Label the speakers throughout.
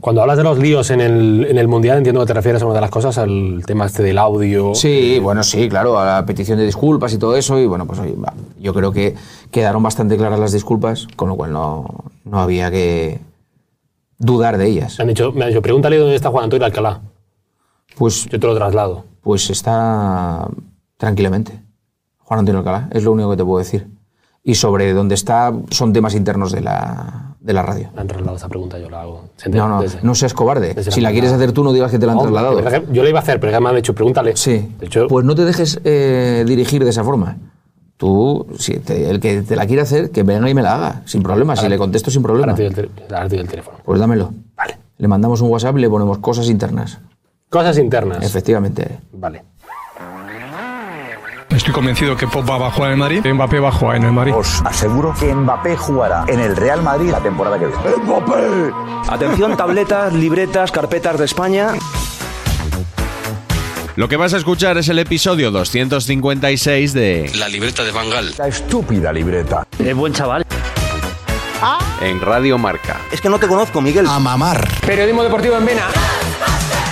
Speaker 1: Cuando hablas de los líos en el, en el Mundial, entiendo que te refieres a una de las cosas, al tema este del audio.
Speaker 2: Sí, bueno, sí, claro, a la petición de disculpas y todo eso. Y bueno, pues oye, va, yo creo que quedaron bastante claras las disculpas, con lo cual no, no había que dudar de ellas.
Speaker 1: Me han dicho, me han dicho, pregúntale dónde está Juan Antonio Alcalá.
Speaker 2: Pues,
Speaker 1: Yo te lo traslado.
Speaker 2: pues está tranquilamente. Juan Antonio Alcalá, es lo único que te puedo decir. Y sobre dónde está, son temas internos de la, de la radio.
Speaker 1: Me han trasladado esa pregunta, yo la hago. Se entiende
Speaker 2: No, no,
Speaker 1: desde-
Speaker 2: no seas cobarde.
Speaker 1: desde la
Speaker 2: Si la quieres
Speaker 1: jornada.
Speaker 2: hacer tú, no digas que te la han
Speaker 1: No,
Speaker 2: trasladado.
Speaker 1: de verdad que Yo la iba a hacer, pero ya me han dicho, pregúntale.
Speaker 2: Sí.
Speaker 1: De hecho,
Speaker 2: Pues no te dejes eh, dirigir de esa forma. Tú, si te- el que te la quiere hacer, que venga y me la haga, sin problema. Si le contesto sin
Speaker 1: ahora
Speaker 2: problema,
Speaker 1: te doy el tel- ahora te doy el teléfono.
Speaker 2: pues dámelo.
Speaker 1: Vale.
Speaker 2: Le mandamos un WhatsApp y le ponemos cosas internas.
Speaker 1: Cosas internas.
Speaker 2: Efectivamente.
Speaker 1: Vale.
Speaker 3: Estoy convencido que Pop va a jugar en el Madrid, Mbappé va a jugar en el Madrid.
Speaker 4: Os aseguro que Mbappé jugará en el Real Madrid la temporada que viene. ¡Mbappé!
Speaker 5: Atención, tabletas, libretas, carpetas de España.
Speaker 6: Lo que vas a escuchar es el episodio 256 de
Speaker 7: La libreta de Bangal.
Speaker 4: La estúpida libreta.
Speaker 5: Es buen chaval.
Speaker 6: Ah. En Radio Marca.
Speaker 5: Es que no te conozco, Miguel.
Speaker 8: A mamar.
Speaker 5: Periodismo deportivo en Vena.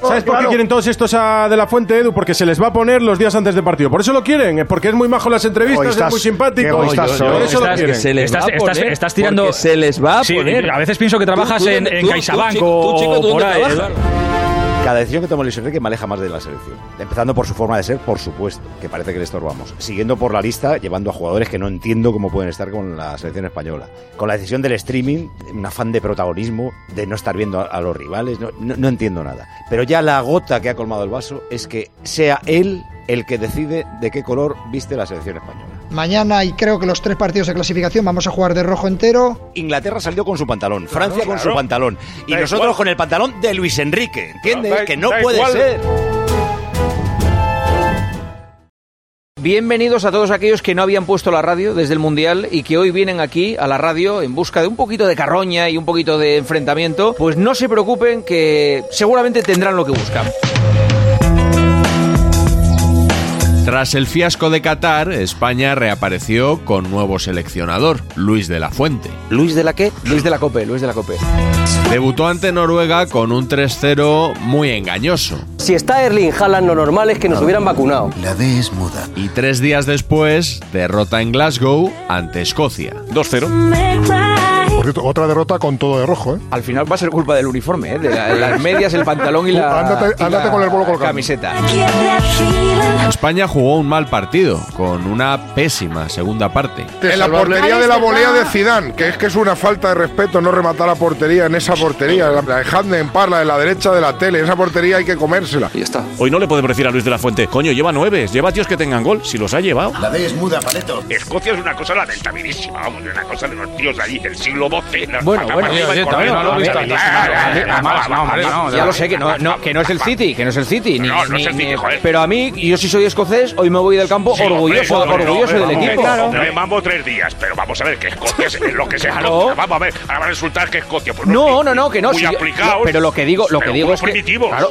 Speaker 9: ¿Sabes por qué quieren todos estos a De La Fuente, Edu? Porque se les va a poner los días antes del partido. Por eso lo quieren, eh, porque es muy majo en las entrevistas, es muy simpático. por eso lo quieren.
Speaker 5: estás, estás- estás tirando. Se les va a poner. A veces pienso que trabajas en, en CaixaBank o o por ahí.
Speaker 4: Cada decisión que toma Luis Enrique me aleja más de la selección. Empezando por su forma de ser, por supuesto, que parece que le estorbamos. Siguiendo por la lista, llevando a jugadores que no entiendo cómo pueden estar con la selección española. Con la decisión del streaming, un afán de protagonismo, de no estar viendo a, a los rivales, no, no- no entiendo nada. Pero ya la gota que ha colmado el vaso es que sea él el que decide de qué color viste la selección española.
Speaker 10: Mañana y creo que los tres partidos de clasificación vamos a jugar de rojo entero.
Speaker 4: Inglaterra salió con su pantalón, Francia con
Speaker 9: claro.
Speaker 4: su pantalón y
Speaker 9: Da
Speaker 4: nosotros
Speaker 9: igual.
Speaker 4: con el pantalón de Luis Enrique, ¿entiendes?
Speaker 9: Da-
Speaker 4: que no
Speaker 9: da
Speaker 4: puede
Speaker 9: igual.
Speaker 4: ser.
Speaker 2: Bienvenidos a todos aquellos que no habían puesto la radio desde el Mundial y que hoy vienen aquí a la radio en busca de un poquito de carroña y un poquito de enfrentamiento. Pues no se preocupen que seguramente tendrán lo que buscan.
Speaker 6: Tras el fiasco de Qatar, España reapareció con nuevo seleccionador, Luis de la Fuente.
Speaker 2: Luis de la qué? Luis de la Cope, Luis de la Cope.
Speaker 6: Debutó ante Noruega con un 3-0 muy engañoso.
Speaker 5: Si está Erling Haaland, lo normal es que nos hubieran vacunado.
Speaker 8: La D es muda.
Speaker 6: Y tres días después, derrota en Glasgow ante Escocia.
Speaker 7: 2-0.
Speaker 10: Por cierto, otra derrota con todo de rojo, ¿eh?
Speaker 2: Al final va a ser culpa del uniforme, ¿eh? de la- las medias, el pantalón y la,
Speaker 10: Ándate-
Speaker 2: y la
Speaker 10: ándate con el bolo colgando.
Speaker 2: camiseta.
Speaker 6: España jugó un mal partido, con una pésima segunda parte.
Speaker 10: En la portería de la volea de Zidane, que es que es una falta de respeto no rematar la portería en esa portería. La dejadme en par, la de la derecha de la tele. Esa portería hay que comérsela.
Speaker 7: Y ya está. Hoy no le podemos decir a Luis de la Fuente, coño, lleva nueve, lleva tíos que tengan gol, si los ha llevado.
Speaker 4: La D es muda, paleto.
Speaker 9: Escocia es una cosa lamentabilísima, vamos, es una cosa de los tíos allí del siglo XII.
Speaker 2: Bueno, bueno, sí, sí, también lo he visto. Ya lo sé, que no, no- que no es el City, que no es el City. ni-
Speaker 9: No, no es
Speaker 2: ni-
Speaker 9: el City,
Speaker 2: ni-
Speaker 9: joder.
Speaker 2: Pero a mí, yo si soy escocés, hoy me voy del campo orgulloso, orgulloso del equipo.
Speaker 9: Vamos tres días, pero vamos a ver que Escocia es lo que se
Speaker 2: Claro.
Speaker 9: Escocia. Vamos a ver, ahora va a resultar que Escocia. Pues,
Speaker 2: No, no, no, que no.
Speaker 9: Muy
Speaker 2: si yo-
Speaker 9: aplicados,
Speaker 2: pero lo que digo, lo que
Speaker 9: pero
Speaker 2: digo
Speaker 9: muy
Speaker 2: es que.
Speaker 9: primitivos.
Speaker 2: Claro,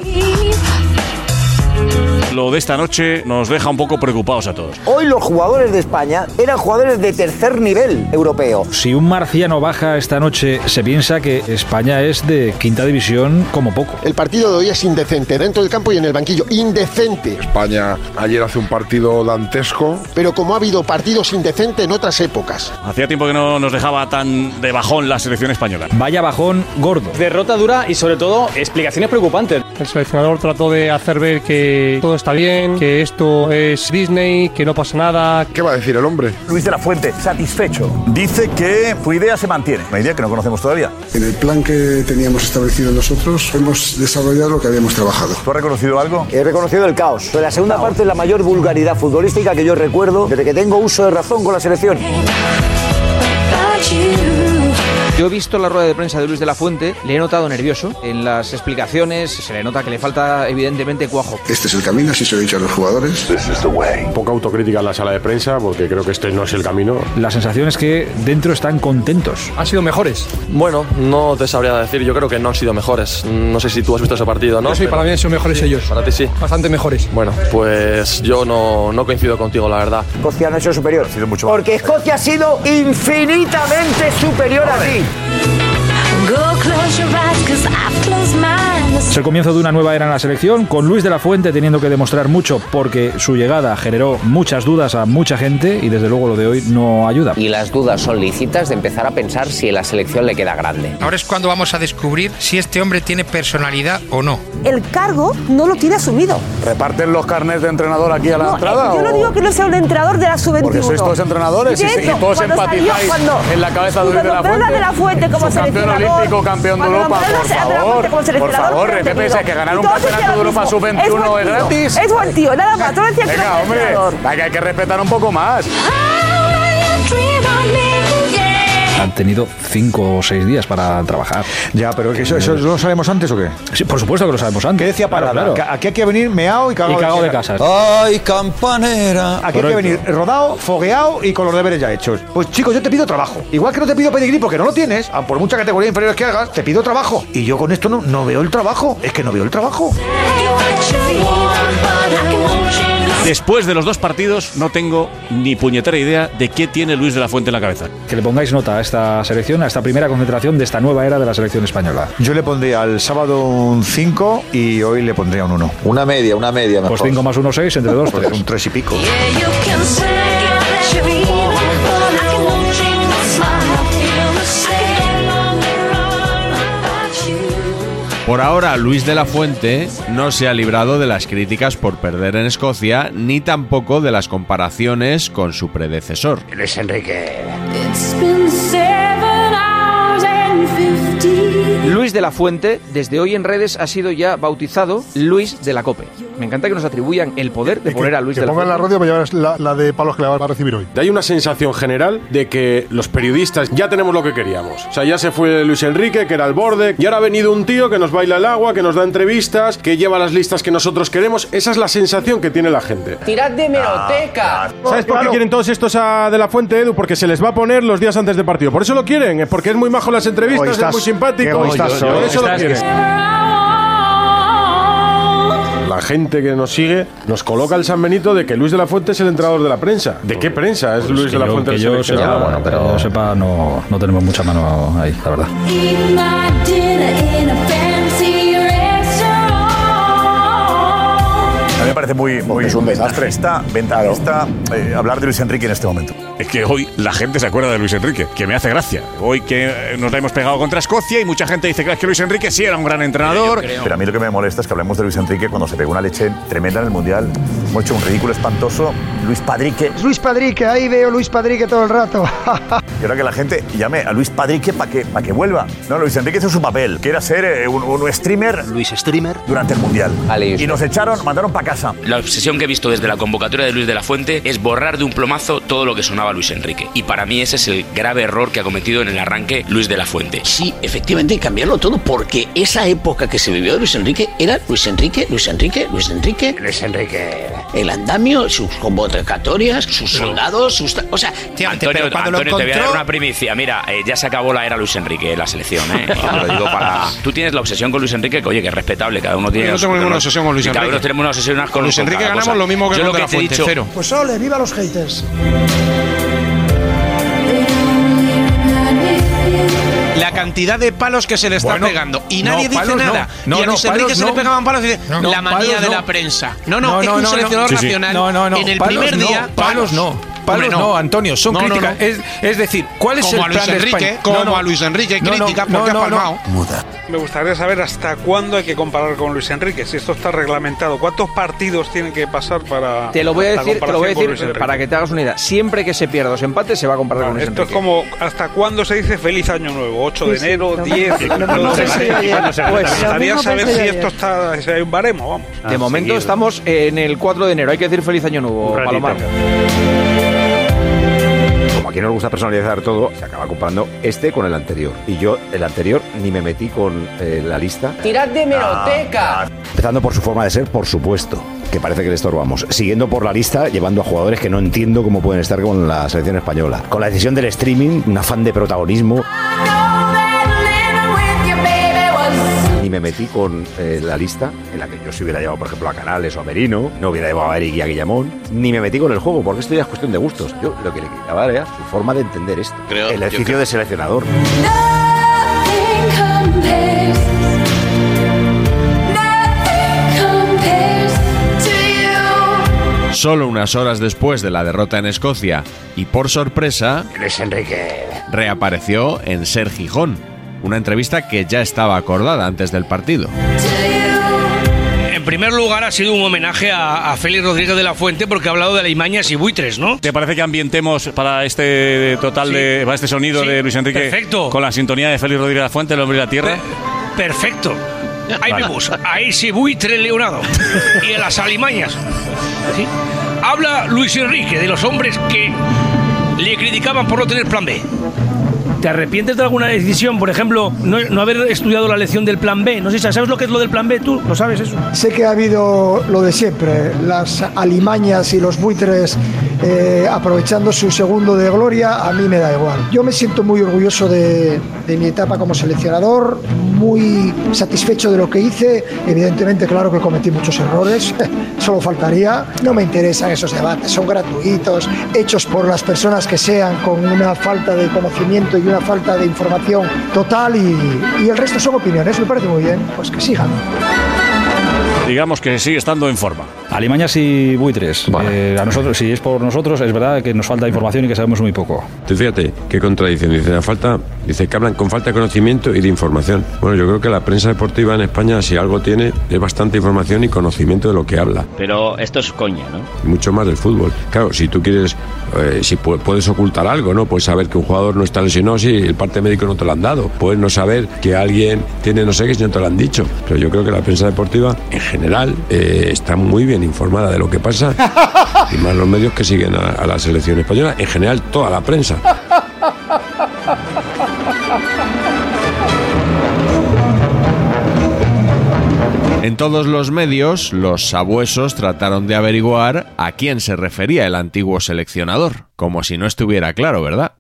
Speaker 7: lo de esta noche nos deja un poco preocupados a todos.
Speaker 11: Hoy los jugadores de España eran jugadores de tercer nivel europeo.
Speaker 12: Si un marciano baja esta noche, se piensa que España es de quinta división como poco.
Speaker 13: El partido de hoy es indecente, dentro del campo y en el banquillo. Indecente.
Speaker 10: España ayer hace un partido dantesco.
Speaker 13: Pero como ha habido partidos indecentes en otras épocas.
Speaker 7: Hacía tiempo que no nos dejaba tan de bajón la selección española.
Speaker 12: Vaya bajón gordo.
Speaker 5: Derrota dura y sobre todo explicaciones preocupantes.
Speaker 14: El seleccionador trató de hacer ver que todo está bien, que esto es Disney, que no pasa nada.
Speaker 10: ¿Qué va a decir el hombre?
Speaker 15: Luis de la Fuente, satisfecho. Dice que su idea se mantiene, una idea que no conocemos todavía.
Speaker 16: En el plan que teníamos establecido nosotros, hemos desarrollado lo que habíamos trabajado.
Speaker 15: ¿Tú has reconocido algo?
Speaker 11: He reconocido el caos. Pero la segunda parte es la mayor vulgaridad futbolística que yo recuerdo desde que tengo uso de razón con la selección.
Speaker 2: Yo he visto la rueda de prensa de Luis de la Fuente, le he notado nervioso. En las explicaciones se le nota que le falta evidentemente cuajo.
Speaker 16: Este es el camino, así se lo he dicho a los jugadores. This is the
Speaker 17: way. Poca autocrítica en la sala de prensa porque creo que este no es el camino.
Speaker 12: La sensación es que dentro están contentos.
Speaker 5: ¿Han sido mejores?
Speaker 18: Bueno, no te sabría decir. Yo creo que no han sido mejores. No sé si tú has visto ese partido, ¿no?
Speaker 5: Yo sí,
Speaker 18: Pero
Speaker 5: para mí han sido mejores
Speaker 18: sí,
Speaker 5: ellos.
Speaker 18: Para ti sí.
Speaker 5: Bastante mejores.
Speaker 18: Bueno, pues yo no, no coincido contigo, la verdad.
Speaker 11: Escocia no ha hecho superior. Ha sido mucho más. Porque Escocia ha sido infinitamente superior a ti.
Speaker 12: Es el comienzo de una nueva era en la selección, con Luis de la Fuente teniendo que demostrar mucho porque su llegada generó muchas dudas a mucha gente y desde luego lo de hoy no ayuda.
Speaker 19: Y las dudas son lícitas de empezar a pensar si la selección le queda grande.
Speaker 20: Ahora es cuando vamos a descubrir si este hombre tiene personalidad o no.
Speaker 21: El cargo no lo tiene asumido.
Speaker 15: ¿Reparten los carnes de entrenador aquí a la
Speaker 21: No,
Speaker 15: entrada?
Speaker 21: eh, yo no
Speaker 15: o-
Speaker 21: digo que no sea un entrenador de la sub-21.
Speaker 15: Porque sois todos entrenadores y,
Speaker 21: De
Speaker 15: se- y
Speaker 21: hecho,
Speaker 15: todos
Speaker 21: cuando salió,
Speaker 15: empatizáis
Speaker 21: cuando-
Speaker 15: en la cabeza
Speaker 21: y
Speaker 15: de Luis de la
Speaker 21: cuando
Speaker 15: Fuente.
Speaker 21: Pedro de la Fuente como
Speaker 15: Campeón
Speaker 21: seleccionador.
Speaker 15: olímpico, campeón de
Speaker 21: Cuando
Speaker 15: Europa,
Speaker 21: Pedro
Speaker 15: por
Speaker 21: de la Fuente
Speaker 15: favor.
Speaker 21: como
Speaker 15: Por
Speaker 21: seleccionador,
Speaker 15: favor,
Speaker 21: fue
Speaker 15: repite,
Speaker 21: entendido.
Speaker 15: que ganar un
Speaker 21: Y todos
Speaker 15: campeonato de Europa
Speaker 21: decían lo mismo.
Speaker 15: sub-21
Speaker 21: buen
Speaker 15: es
Speaker 21: tío,
Speaker 15: gratis.
Speaker 21: Es buen tío, nada más. Todos decían que era
Speaker 15: Venga,
Speaker 21: buen
Speaker 15: hombre,
Speaker 21: entrenador.
Speaker 15: hay que- hay que respetar un poco más.
Speaker 12: Han tenido cinco o seis días para trabajar.
Speaker 22: Ya, pero que eso, eso lo sabemos antes o qué?
Speaker 12: Sí, por supuesto que lo sabemos antes.
Speaker 22: ¿Qué decía
Speaker 12: Claro,
Speaker 22: Parada?
Speaker 12: claro.
Speaker 22: Que Aquí hay que venir meao y cagado
Speaker 12: Y cagao de casa.
Speaker 22: ¡Ay, campanera! Aquí hay que
Speaker 12: Correcto.
Speaker 22: venir rodado, fogueado y con los deberes ya hechos. Pues chicos, yo te pido trabajo. Igual que no te pido pedigrí porque no lo tienes, aun por mucha categoría inferior que hagas, te pido trabajo. Y yo con esto no, no veo el trabajo. Es que no veo el trabajo.
Speaker 7: Después de los dos partidos no tengo ni puñetera idea de qué tiene Luis de la Fuente en la cabeza.
Speaker 12: Que le pongáis nota a esta selección, a esta primera concentración de esta nueva era de la selección española.
Speaker 22: Yo le pondría al sábado un 5 y hoy le pondría un 1.
Speaker 23: Una media, una media mejor.
Speaker 12: Pues 5 más 1, 6, entre 2,
Speaker 22: Pues
Speaker 12: 3.
Speaker 22: un 3 y pico.
Speaker 6: Por ahora, Luis de la Fuente no se ha librado de las críticas por perder en Escocia, ni tampoco de las comparaciones con su predecesor.
Speaker 4: Luis Enrique.
Speaker 2: Luis de la Fuente, desde hoy en redes, ha sido ya bautizado Luis de la Cope. Me encanta que nos atribuyan el poder de poner a Luis
Speaker 24: que
Speaker 2: de la
Speaker 24: pongan
Speaker 2: Fuente.
Speaker 24: la radio para llevar la, la de palos que la va a recibir hoy.
Speaker 9: Hay una sensación general de que los periodistas ya tenemos lo que queríamos. O sea, ya se fue Luis Enrique, que era al borde, y ahora ha venido un tío que nos baila el agua, que nos da entrevistas, que lleva las listas que nosotros queremos. Esa es la sensación que tiene la gente.
Speaker 25: Tirad de
Speaker 13: Ah.
Speaker 25: meroteca.
Speaker 9: ¿Sabes por qué quieren todos estos a De La Fuente, Edu? Porque se les va a poner los días antes de partido. Por eso lo quieren, eh, porque es muy majo en las entrevistas,
Speaker 22: Egoístas.
Speaker 9: es muy
Speaker 22: Qué
Speaker 9: simpático.
Speaker 22: egoístas
Speaker 9: Por
Speaker 22: sois.
Speaker 9: eso lo
Speaker 22: Estás-
Speaker 9: quieren. La gente que nos sigue nos coloca el San Benito de que Luis de la Fuente es el entrenador de la prensa. ¿De qué prensa es Luis de la Fuente
Speaker 12: Pues que
Speaker 9: el Ah,
Speaker 12: yo sepa,
Speaker 9: seleccionador?
Speaker 12: bueno, pero yo sepa, no, no tenemos mucha mano ahí, la verdad.
Speaker 15: A mí me parece muy, muy es un desastre. Está, hablar de Luis Enrique en este momento.
Speaker 7: Es que hoy la gente se acuerda de Luis Enrique, que me hace gracia. Hoy que eh, nos la hemos pegado contra Escocia y mucha gente dice "Claro, es que Luis Enrique sí era un gran entrenador.
Speaker 15: Pero a mí lo que me molesta es que hablemos de Luis Enrique cuando se pegó una leche tremenda en el Mundial. Hemos hecho un ridículo espantoso. Luis Padrique.
Speaker 23: Luis Padrique, ahí veo Luis Padrique todo el rato.
Speaker 15: Y ahora que la gente llame a Luis Padrique para que, pa' que vuelva. No, Luis Enrique hizo su papel, que era ser eh, un, un streamer. Luis Streamer. Durante el Mundial. y nos echaron, mandaron para casa.
Speaker 26: La obsesión que he visto desde la convocatoria de Luis de la Fuente es borrar de un plomazo todo lo que sonaba Luis Enrique. Y para mí ese es el grave error que ha cometido en el arranque Luis de la Fuente.
Speaker 27: Sí, efectivamente, y cambiarlo todo, porque esa época que se vivió de Luis Enrique era Luis Enrique, Luis Enrique, Luis Enrique. Luis Enrique. El andamio, sus convo- deprecatorias, sus soldados, sus... ta- O sea,
Speaker 26: Antonio, Antonio, te voy a dar una primicia. Mira, eh, ya se acabó la era Luis Enrique, la selección, ¿eh? Te lo digo para... Tú tienes la obsesión con Luis Enrique, que oye, que es respetable, cada uno tiene...
Speaker 28: Yo no tengo
Speaker 26: su-
Speaker 28: ninguna obsesión con Luis
Speaker 26: y cada
Speaker 28: Enrique.
Speaker 26: uno tenemos una obsesión con
Speaker 28: Luis
Speaker 26: con
Speaker 28: Enrique
Speaker 26: cada
Speaker 28: ganamos
Speaker 26: cosa.
Speaker 28: lo mismo que
Speaker 26: Yo
Speaker 28: con
Speaker 26: lo
Speaker 28: De
Speaker 26: que
Speaker 28: La
Speaker 26: te he
Speaker 28: Fuente,
Speaker 26: dicho,
Speaker 28: cero.
Speaker 23: Pues ole, viva los haters.
Speaker 28: La cantidad de palos que se le está
Speaker 8: Bueno,
Speaker 28: pegando. Y
Speaker 8: no,
Speaker 28: nadie dice
Speaker 8: palos no.
Speaker 28: nada.
Speaker 8: No,
Speaker 28: y a
Speaker 8: no,
Speaker 28: Luis Enrique
Speaker 8: palos
Speaker 28: se le
Speaker 8: no.
Speaker 28: pegaban palos y dice,
Speaker 8: No, no,
Speaker 28: la manía
Speaker 8: palos
Speaker 28: de
Speaker 8: no.
Speaker 28: la prensa. No,
Speaker 8: No,
Speaker 28: no,
Speaker 8: no,
Speaker 28: es que un
Speaker 8: no, no.
Speaker 28: seleccionador
Speaker 8: Sí, sí.
Speaker 28: nacional
Speaker 8: No, no, no.
Speaker 28: en el
Speaker 8: Palos
Speaker 28: primer
Speaker 8: no,
Speaker 28: día...
Speaker 8: palos no. Palos no, Antonio, son críticas. Es- es decir, ¿cuál es
Speaker 28: como
Speaker 8: el
Speaker 28: a Luis
Speaker 8: plan de
Speaker 28: Enrique,
Speaker 8: España?
Speaker 28: Como
Speaker 8: No, no.
Speaker 28: a Luis Enrique,
Speaker 8: No, no,
Speaker 28: crítica
Speaker 8: no,
Speaker 28: porque
Speaker 8: no,
Speaker 28: ha
Speaker 8: no.
Speaker 28: palmado.
Speaker 1: Me gustaría saber hasta cuándo hay que comparar con Luis Enrique, si esto está reglamentado, cuántos partidos tienen que pasar para
Speaker 2: Te lo voy a
Speaker 1: Ah, la
Speaker 2: decir, te lo voy a
Speaker 1: comparación con Luis
Speaker 2: decir
Speaker 1: Enrique?
Speaker 2: para que te hagas una idea. Siempre que se pierda dos empates se va a comparar con Luis
Speaker 1: Esto
Speaker 2: Enrique.
Speaker 1: es como hasta cuándo se dice feliz año nuevo, 8 de
Speaker 2: Sí, sí.
Speaker 1: enero,
Speaker 2: No,
Speaker 1: 10, sé.
Speaker 2: no, no, no, no, no, no, pues, no, no, no, no,
Speaker 1: Me
Speaker 2: no, no,
Speaker 1: gustaría
Speaker 2: no, no,
Speaker 1: saber
Speaker 2: no,
Speaker 1: si
Speaker 2: no,
Speaker 1: esto Ah, está si hay un baremo, vamos.
Speaker 2: De momento estamos en el 4 de enero. Hay que decir feliz año nuevo,
Speaker 4: ratito.
Speaker 2: Palomar.
Speaker 4: Como aquí nos gusta personalizar todo, se acaba comparando este con el anterior. Y yo, el anterior, ni me metí con eh, la lista.
Speaker 25: Tirad de hemeroteca.
Speaker 4: Empezando por su forma de ser, por supuesto, que parece que le estorbamos. Siguiendo por la lista, llevando a jugadores que no entiendo cómo pueden estar con la selección española. Con la decisión del streaming, un afán de protagonismo. Ni me metí con eh, la lista en la que yo si hubiera llevado, por ejemplo, a Canales o a Merino, no hubiera llevado a Eric y a Guillamón, ni me metí con el juego, porque esto ya es cuestión de gustos. Yo lo que le quería era su forma de entender esto. el ejercicio de seleccionador.
Speaker 6: Solo unas horas después de la derrota en Escocia y por sorpresa,
Speaker 25: Luis Enrique.
Speaker 6: reapareció en Ser Gijón, una entrevista que ya estaba acordada antes del partido.
Speaker 3: En primer lugar, ha sido un homenaje a, a Félix Rodríguez de la Fuente porque ha hablado de Limañas y buitres, ¿no?
Speaker 7: ¿Te parece que ambientemos para este total
Speaker 3: Sí.
Speaker 7: de para este sonido
Speaker 3: Sí,
Speaker 7: de Luis Enrique
Speaker 3: perfecto.
Speaker 7: con la sintonía de Félix Rodríguez de la Fuente, el hombre de la tierra?
Speaker 3: Perfecto. Ahí
Speaker 7: Vale.
Speaker 3: vemos, ahí sí buitre leonado. Y a las alimañas. ¿Sí? Habla Luis Enrique de los hombres que le criticaban por no tener plan B.
Speaker 10: ¿Te arrepientes de alguna decisión? Por ejemplo, no, no haber estudiado la lección del plan B. No sé si sabes lo que es lo del plan B, tú lo sabes eso.
Speaker 23: Sé que ha habido lo de siempre, las alimañas y los buitres eh, aprovechando su segundo de gloria, a mí me da igual. Yo me siento muy orgulloso de, de mi etapa como seleccionador, muy satisfecho de lo que hice, evidentemente claro que cometí muchos errores, solo faltaría, no me interesan esos debates, son gratuitos, hechos por las personas que sean, con una falta de conocimiento y una falta de información total y, y el resto son opiniones, me parece muy bien, pues que sigan.
Speaker 7: Digamos que sigue estando en forma.
Speaker 12: Alimañas y buitres. Eh, a nosotros, si es por nosotros, es verdad que nos falta información y que sabemos muy poco.
Speaker 13: Tú Pues fíjate qué contradicción. Dice la falta, dice que hablan con falta de conocimiento y de información. Bueno, yo creo que la prensa deportiva en España, si algo tiene, es bastante información y conocimiento de lo que habla.
Speaker 14: Pero esto es coña, ¿no?
Speaker 13: y mucho más del fútbol. Claro, si tú quieres, eh, si pu- puedes ocultar algo, ¿no? Puedes saber que un jugador no está lesionado si el parte médico no te lo han dado. Puedes no saber que alguien tiene no sé qué si no te lo han dicho. Pero yo creo que la prensa deportiva, en general, eh, está muy bien informada de lo que pasa. Y más los medios que siguen a, a la selección española, en general toda la prensa.
Speaker 6: En todos los medios, los sabuesos trataron de averiguar a quién se refería el antiguo seleccionador, como si no estuviera claro, ¿verdad?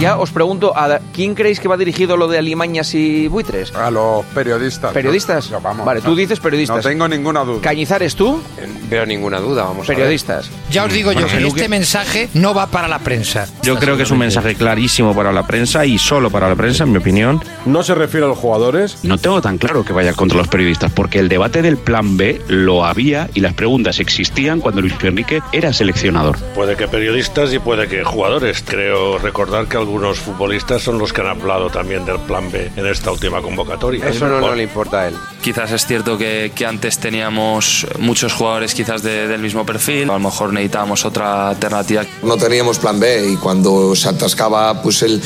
Speaker 2: Ya os pregunto, ¿a quién creéis que va dirigido lo de alimañas y buitres?
Speaker 16: A los periodistas.
Speaker 2: ¿Periodistas?
Speaker 16: No, vamos,
Speaker 2: vale,
Speaker 16: no.
Speaker 2: tú dices periodistas.
Speaker 16: No tengo ninguna duda. Pues
Speaker 2: ¿Cañizares tú?
Speaker 14: Veo ninguna duda, vamos
Speaker 2: Periodistas.
Speaker 1: Ya os digo yo
Speaker 2: Bueno,
Speaker 1: que
Speaker 2: Luque-
Speaker 1: este mensaje no va para la prensa.
Speaker 16: Yo creo que es un mensaje clarísimo para la prensa y solo para la prensa, en mi opinión.
Speaker 9: ¿No se refiere a los jugadores?
Speaker 16: No tengo tan claro que vaya contra los periodistas, porque el debate del plan B lo había y las preguntas existían cuando Luis Enrique era seleccionador.
Speaker 29: Puede que periodistas y puede que jugadores. Creo recordar que algunos futbolistas son los que han hablado también del plan B en esta última convocatoria. Por-
Speaker 14: importa a él.
Speaker 29: Quizás es cierto que, que antes teníamos muchos jugadores quizás de- del mismo perfil, a lo mejor necesitábamos otra alternativa.
Speaker 30: No teníamos plan B y cuando se atascaba pues el,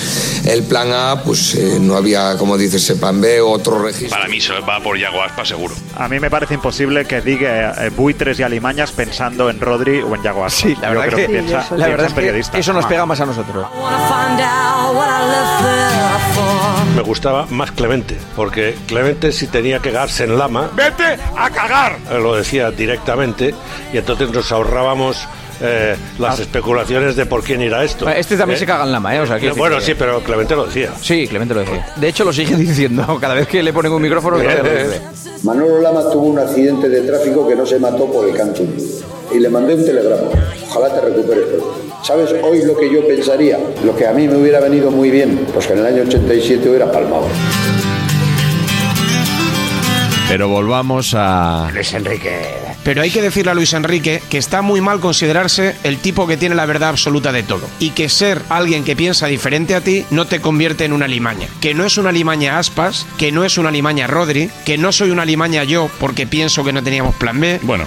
Speaker 30: el plan A, pues eh, no había, como dices, el plan B o otro registro.
Speaker 16: Para mí se va por Yago Aspas seguro.
Speaker 31: A mí me parece imposible que diga eh, buitres y alimañas pensando en Rodri o en Yago Aspas.
Speaker 2: Sí,
Speaker 31: Yo
Speaker 2: la verdad
Speaker 31: creo
Speaker 2: que,
Speaker 31: piensa-
Speaker 2: la
Speaker 31: piensa
Speaker 2: verdad
Speaker 31: en
Speaker 2: es que
Speaker 31: periodistas.
Speaker 2: eso nos
Speaker 31: Ah.
Speaker 2: pega más a nosotros.
Speaker 32: Find out what I left there for.
Speaker 29: Me gustaba más Clemente, porque Clemente si tenía que cagarse en lama,
Speaker 7: ¡Vete a cagar!
Speaker 29: eh, lo decía directamente, y entonces nos ahorrábamos eh, las
Speaker 2: Ah.
Speaker 29: especulaciones de por quién irá esto.
Speaker 2: Este también se caga en lama, ¿eh? O sea, quiero decir
Speaker 29: bueno,
Speaker 2: que-
Speaker 29: sí, pero Clemente lo decía.
Speaker 2: Sí, Clemente lo decía. De hecho, lo sigue diciendo. Cada vez que le ponen un micrófono, lo dice.
Speaker 5: Manolo Lama tuvo un accidente de tráfico que no se mató por el canto hundido. Y le mandé un telegrama. Ojalá te recuperes pronto. ¿Sabes hoy lo que yo pensaría? Lo que a mí me hubiera venido muy bien, pues que en el año 87 hubiera palmado.
Speaker 6: Pero volvamos a.
Speaker 28: Luis Enrique. Pero hay que decirle a Luis Enrique que está muy mal considerarse el tipo que tiene la verdad absoluta de todo. Y que ser alguien que piensa diferente a ti no te convierte en una limaña. Que no es una limaña Aspas, que no es una limaña Rodri, que no soy una limaña yo porque pienso que no teníamos plan B.
Speaker 7: Bueno.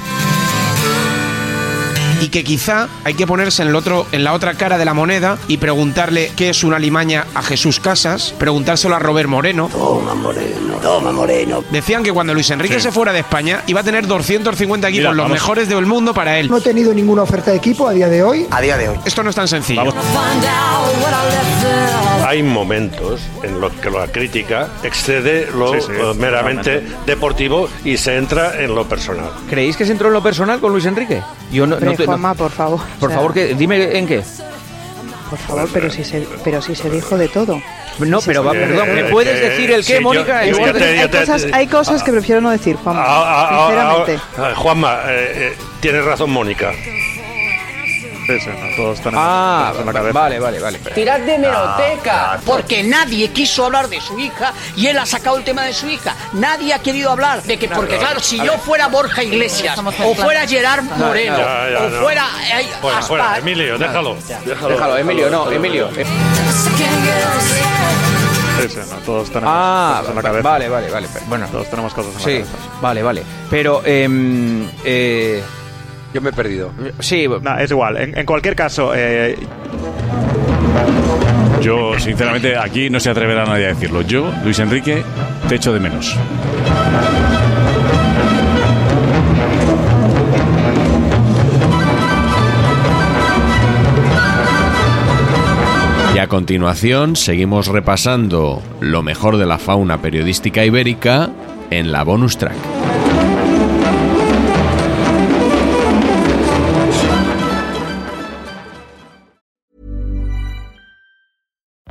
Speaker 28: Y que quizá hay que ponerse en, el otro, en la otra cara de la moneda y preguntarle qué es una limaña a Jesús Casas, preguntárselo a Robert Moreno. Toma Moreno, toma Moreno. Decían que cuando Luis Enrique
Speaker 29: Sí.
Speaker 28: se fuera de España iba a tener 250 equipos,
Speaker 29: Mira,
Speaker 28: los
Speaker 29: vamos.
Speaker 28: mejores del mundo para él.
Speaker 5: No he tenido ninguna oferta de equipo a día de hoy.
Speaker 28: A día de hoy. Esto no es tan sencillo.
Speaker 29: Hay momentos en los que la crítica excede lo
Speaker 5: Sí, sí,
Speaker 29: eh, meramente
Speaker 5: totalmente.
Speaker 29: deportivo y se entra en lo personal.
Speaker 2: ¿Creéis que se entró en lo personal con Luis Enrique? Yo no, no
Speaker 11: Hombre,
Speaker 2: te- no-
Speaker 11: Juanma, por favor.
Speaker 2: Por
Speaker 11: O sea,
Speaker 2: favor, que, dime en qué.
Speaker 11: Por favor, pero si se, pero si se dijo de todo.
Speaker 2: No, pero va,
Speaker 29: Eh,
Speaker 2: perdón, ¿me
Speaker 29: eh,
Speaker 2: puedes
Speaker 29: que-
Speaker 2: decir el
Speaker 29: sí,
Speaker 2: qué,
Speaker 29: yo-
Speaker 2: Mónica?
Speaker 29: yo
Speaker 2: En
Speaker 29: ya
Speaker 2: orden-
Speaker 29: te- yo
Speaker 11: Hay
Speaker 29: te-
Speaker 11: cosas, hay cosas que prefiero no decir, Juanma.
Speaker 29: Ah, ah, ah,
Speaker 11: sinceramente.
Speaker 29: ah, Juanma, eh, eh, tienes razón, Mónica.
Speaker 2: Ah, vale, vale, vale.
Speaker 15: Tirad de hemeroteca, porque nadie quiso hablar de su hija y él ha sacado el tema de su hija. Nadie ha querido hablar de que, porque
Speaker 29: pero,
Speaker 15: claro, si
Speaker 29: a
Speaker 15: yo
Speaker 29: ver.
Speaker 15: fuera Borja Iglesias,
Speaker 11: Estamos
Speaker 15: o
Speaker 11: mezclando.
Speaker 15: fuera Gerard Moreno,
Speaker 29: Ah, Ya, ya,
Speaker 15: o
Speaker 29: no.
Speaker 15: fuera
Speaker 17: Pues
Speaker 15: eh,
Speaker 2: Ah,
Speaker 29: Fuera,
Speaker 15: Aspar,
Speaker 29: fuera, Emilio, déjalo. Déjalo,
Speaker 2: Déjalo, Emilio, no, Emilio.
Speaker 17: todos tenemos
Speaker 2: Ah,
Speaker 17: cosas en la cabeza.
Speaker 2: vale, vale, vale. pero Bueno,
Speaker 17: Todos tenemos cosas en la
Speaker 2: sí,
Speaker 17: cabeza.
Speaker 2: vale, vale. Pero, em, eh, Yo me he perdido. Sí,
Speaker 17: no, es igual.
Speaker 31: Ah,
Speaker 17: En, en cualquier caso, eh,
Speaker 7: Yo, sinceramente, aquí no se atreverá nadie a decirlo. Yo, Luis Enrique, te echo de menos.
Speaker 6: Y a continuación seguimos repasando lo mejor de la fauna periodística ibérica en la bonus track.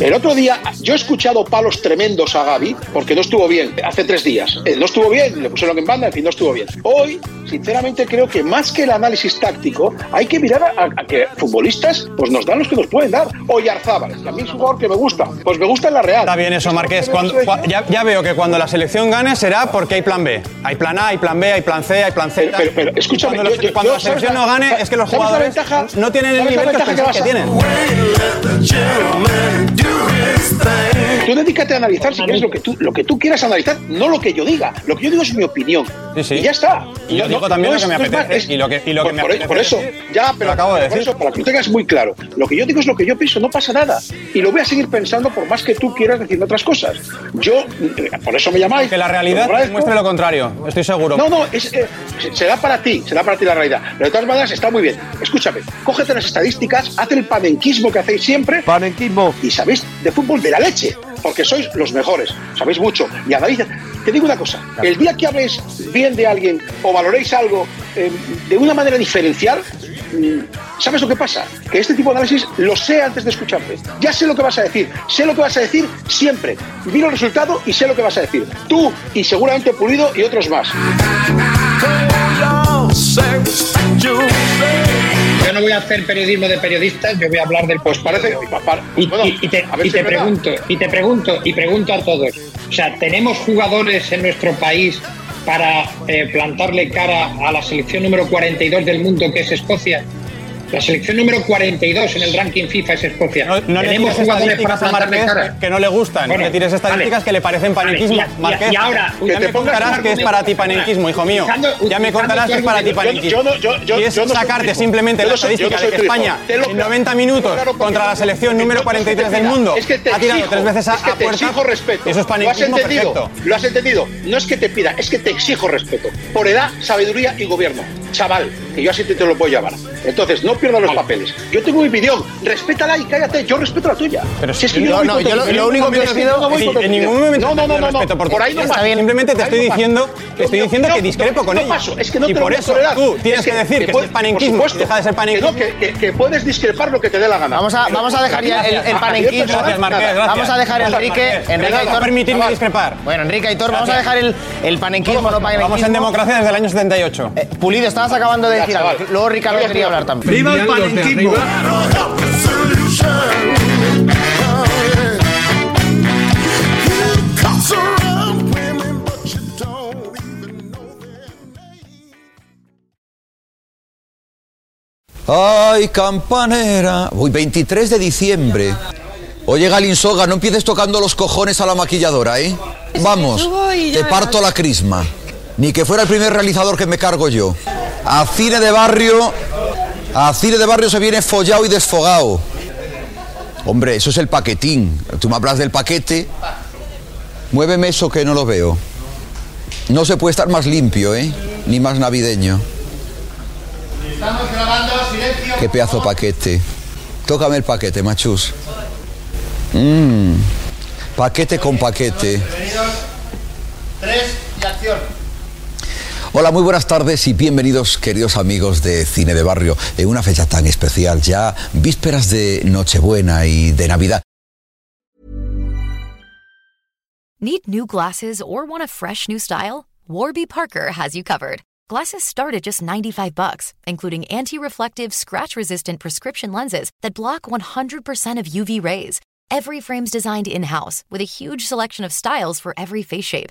Speaker 19: El otro día yo he escuchado palos tremendos a Gaby porque no estuvo bien hace tres días. Eh, No estuvo bien, le pusieron en banda, en fin, no estuvo bien. Hoy, sinceramente, creo que más que el análisis táctico, hay que mirar a, a que futbolistas pues nos dan los que nos pueden dar. O Yarzábal, que a mí es un jugador que me gusta. Pues me gusta en la Real.
Speaker 20: Está bien eso, Marqués. Cuando- cua- ya, ya veo que cuando la selección gane será porque hay plan B. Hay plan A, hay plan B, hay plan C, hay plan Z.
Speaker 19: Pero, pero, escúchame,
Speaker 20: cuando, los-
Speaker 19: yo- yo-
Speaker 20: cuando
Speaker 19: yo-
Speaker 20: la selección no
Speaker 19: ¿sabes la-
Speaker 20: gane es que los
Speaker 19: ¿sabes la
Speaker 20: jugadores
Speaker 19: ventaja?
Speaker 20: no tienen el
Speaker 19: ¿Sabes la
Speaker 20: nivel que,
Speaker 19: ventaja que
Speaker 20: pensáis que
Speaker 19: vas a-
Speaker 20: tienen.
Speaker 19: Tú dedícate a analizar si quieres lo que tú, lo que tú quieras analizar, no lo que yo diga. Lo que yo digo es mi opinión. Y ya está.
Speaker 20: Y yo
Speaker 19: No-
Speaker 20: digo
Speaker 19: no-
Speaker 20: también
Speaker 19: no
Speaker 20: lo que me
Speaker 19: es- no es
Speaker 20: apetece
Speaker 19: más, es-
Speaker 20: y lo que, y lo que
Speaker 19: por,
Speaker 20: me
Speaker 19: por-
Speaker 20: apetece
Speaker 19: por eso,
Speaker 20: decir.
Speaker 19: ya, pero,
Speaker 20: acabo de
Speaker 19: pero por
Speaker 20: decir.
Speaker 19: eso, para que lo tengas muy claro, lo que yo digo es lo que yo pienso, no pasa nada. Y lo voy a seguir pensando por más que tú quieras decirme otras cosas. Yo, eh, por eso me llamáis.
Speaker 20: Que la
Speaker 19: os
Speaker 20: realidad
Speaker 19: agradezco.
Speaker 20: muestre lo contrario, estoy seguro.
Speaker 19: No, no, es, eh, se- será para ti, será para ti la realidad. Pero de todas maneras está muy bien. Escúchame, cógete las estadísticas, haz el panenquismo que hacéis siempre. Panenquismo. Y sabéis de fútbol de la leche, porque sois los mejores, sabéis mucho. Y analiza. Te digo una cosa, el día que habléis bien de alguien o valoréis algo eh, de una manera diferencial, mm, ¿sabes lo que pasa? Que este tipo de análisis lo sé antes de escucharte. Ya sé lo que vas a decir, sé lo que vas a decir siempre. Miro el resultado y sé lo que vas a decir. Tú y seguramente Pulido y otros más.
Speaker 20: Yo no voy a hacer periodismo de periodistas, yo voy a hablar del pues
Speaker 19: parece
Speaker 20: y, y- y te,
Speaker 19: ver
Speaker 20: y
Speaker 19: si
Speaker 20: te
Speaker 19: es verdad.
Speaker 20: pregunto, y te pregunto, y pregunto a todos. O sea, ¿tenemos jugadores en nuestro país para eh, plantarle cara a la selección número 42 del mundo que es Escocia?
Speaker 19: La selección número 42 en el ranking FIFA es Escocia.
Speaker 2: No le
Speaker 19: Tenemos
Speaker 2: tires
Speaker 19: jugadores para
Speaker 2: estadísticas a
Speaker 19: plantarle
Speaker 2: Marqués
Speaker 19: cara.
Speaker 2: que no le gustan.
Speaker 19: Bueno,
Speaker 2: no le tires estadísticas
Speaker 19: vale.
Speaker 2: que le parecen
Speaker 19: Vale,
Speaker 2: panenquismo.
Speaker 19: y a- y a-
Speaker 2: Marqués,
Speaker 19: y ahora,
Speaker 2: ya
Speaker 19: que
Speaker 2: me
Speaker 19: te pongas
Speaker 2: contarás
Speaker 19: tu
Speaker 2: que es para ti
Speaker 19: argumento,
Speaker 2: panenquismo, hijo mío.
Speaker 19: utilizando-
Speaker 2: ya me
Speaker 19: utilizando
Speaker 2: contarás
Speaker 19: tu
Speaker 2: que es para ti
Speaker 19: argumento.
Speaker 2: panenquismo.
Speaker 19: Yo no- yo- yo-
Speaker 2: y es
Speaker 19: yo no soy
Speaker 2: sacarte
Speaker 19: trifo.
Speaker 2: simplemente
Speaker 19: Yo
Speaker 2: la
Speaker 19: no soy- yo
Speaker 2: estadística
Speaker 19: no soy
Speaker 2: de que
Speaker 19: trifo.
Speaker 2: España
Speaker 19: Te lo
Speaker 2: en 90 minutos contra la selección número 43 del mundo
Speaker 19: Es que te
Speaker 2: ha tirado
Speaker 19: exijo,
Speaker 2: tres veces a,
Speaker 19: es que
Speaker 2: a
Speaker 19: te
Speaker 2: puerta.
Speaker 19: exijo respeto.
Speaker 2: Eso es
Speaker 19: ¿Lo has
Speaker 2: panenquismo
Speaker 19: entendido?
Speaker 2: perfecto.
Speaker 19: ¿Lo has entendido? No es que te pida, es que te exijo respeto. Por edad, sabiduría y gobierno. Chaval, que yo así te, te lo puedo llamar. Entonces, no pierdas los papeles. Yo tengo mi opinión, respétala y cállate, yo respeto la tuya. Pero
Speaker 2: si yo- no, yo lo- lo único que te pido es- en ningún momento
Speaker 19: No, no, no,
Speaker 2: te
Speaker 19: no,
Speaker 2: pido
Speaker 19: no.
Speaker 2: respeto por
Speaker 19: por
Speaker 2: tu
Speaker 19: ahí no
Speaker 2: opinión.
Speaker 19: pasa.
Speaker 2: Simplemente te
Speaker 19: Por ahí
Speaker 2: estoy
Speaker 19: no pasa.
Speaker 2: diciendo- te estoy
Speaker 19: No,
Speaker 2: diciendo
Speaker 19: no,
Speaker 2: que discrepo
Speaker 19: no,
Speaker 2: con
Speaker 19: no
Speaker 2: ella.
Speaker 19: paso, es que no
Speaker 2: Y
Speaker 19: te lo
Speaker 2: por
Speaker 19: voy a
Speaker 2: eso
Speaker 19: tolerar.
Speaker 2: tú tienes
Speaker 19: Es
Speaker 2: que decir que
Speaker 19: puedes-
Speaker 2: es panenquismo,
Speaker 19: por supuesto,
Speaker 2: deja de ser panenquismo.
Speaker 19: Que, no, que- que- que puedes discrepar lo que te dé la gana.
Speaker 23: Vamos a- vamos a dejar ya el- el
Speaker 19: Pero-
Speaker 23: panenquismo.
Speaker 19: Gracias,
Speaker 23: Gracias, Marqués,
Speaker 19: nada.
Speaker 23: gracias. Vamos a dejar a Enrique- Enrique
Speaker 2: Venga,
Speaker 23: Aitor-
Speaker 2: permitirme
Speaker 23: vamos-
Speaker 2: discrepar.
Speaker 23: Bueno, Enrique Aitor, vamos a
Speaker 2: Gracias.
Speaker 23: dejar el, el panenquismo, no panenquismo.
Speaker 2: Vamos en democracia desde el año 78.
Speaker 23: Pulido, estabas acabando de
Speaker 2: Ya,
Speaker 23: decir
Speaker 2: chaval.
Speaker 23: algo. Luego Ricardo quería hablar también.
Speaker 2: ¡Viva el panenquismo!
Speaker 5: ¡Ay, campanera! Uy, 23 de diciembre. Oye, Galinsoga, no empieces tocando los cojones a la maquilladora, ¿eh? Vamos,
Speaker 33: subo y ya
Speaker 5: te
Speaker 33: verás.
Speaker 5: parto la crisma. Ni que fuera el primer realizador que me cargo yo. A cine de barrio... A cine de barrio se viene follado y desfogado. Hombre, eso es el paquetín. Tú me hablas del paquete. Muéveme eso que no lo veo. No se puede estar más limpio, ¿eh? Ni más navideño.
Speaker 23: Estamos grabando, silencio.
Speaker 5: Qué pedazo de paquete. Tócame el paquete, machus. Mm, Paquete con paquete.
Speaker 23: Tres y acción.
Speaker 5: Hola, muy buenas tardes y bienvenidos queridos amigos de Cine de Barrio en una fecha tan especial, ya vísperas de Nochebuena y de Navidad.
Speaker 21: Need new glasses or want a fresh new style? Warby Parker has you covered. Glasses start at just 95 bucks, including anti-reflective, scratch-resistant prescription lenses that block 100% of UV rays. Every frame's designed in-house with a huge selection of styles for every face shape.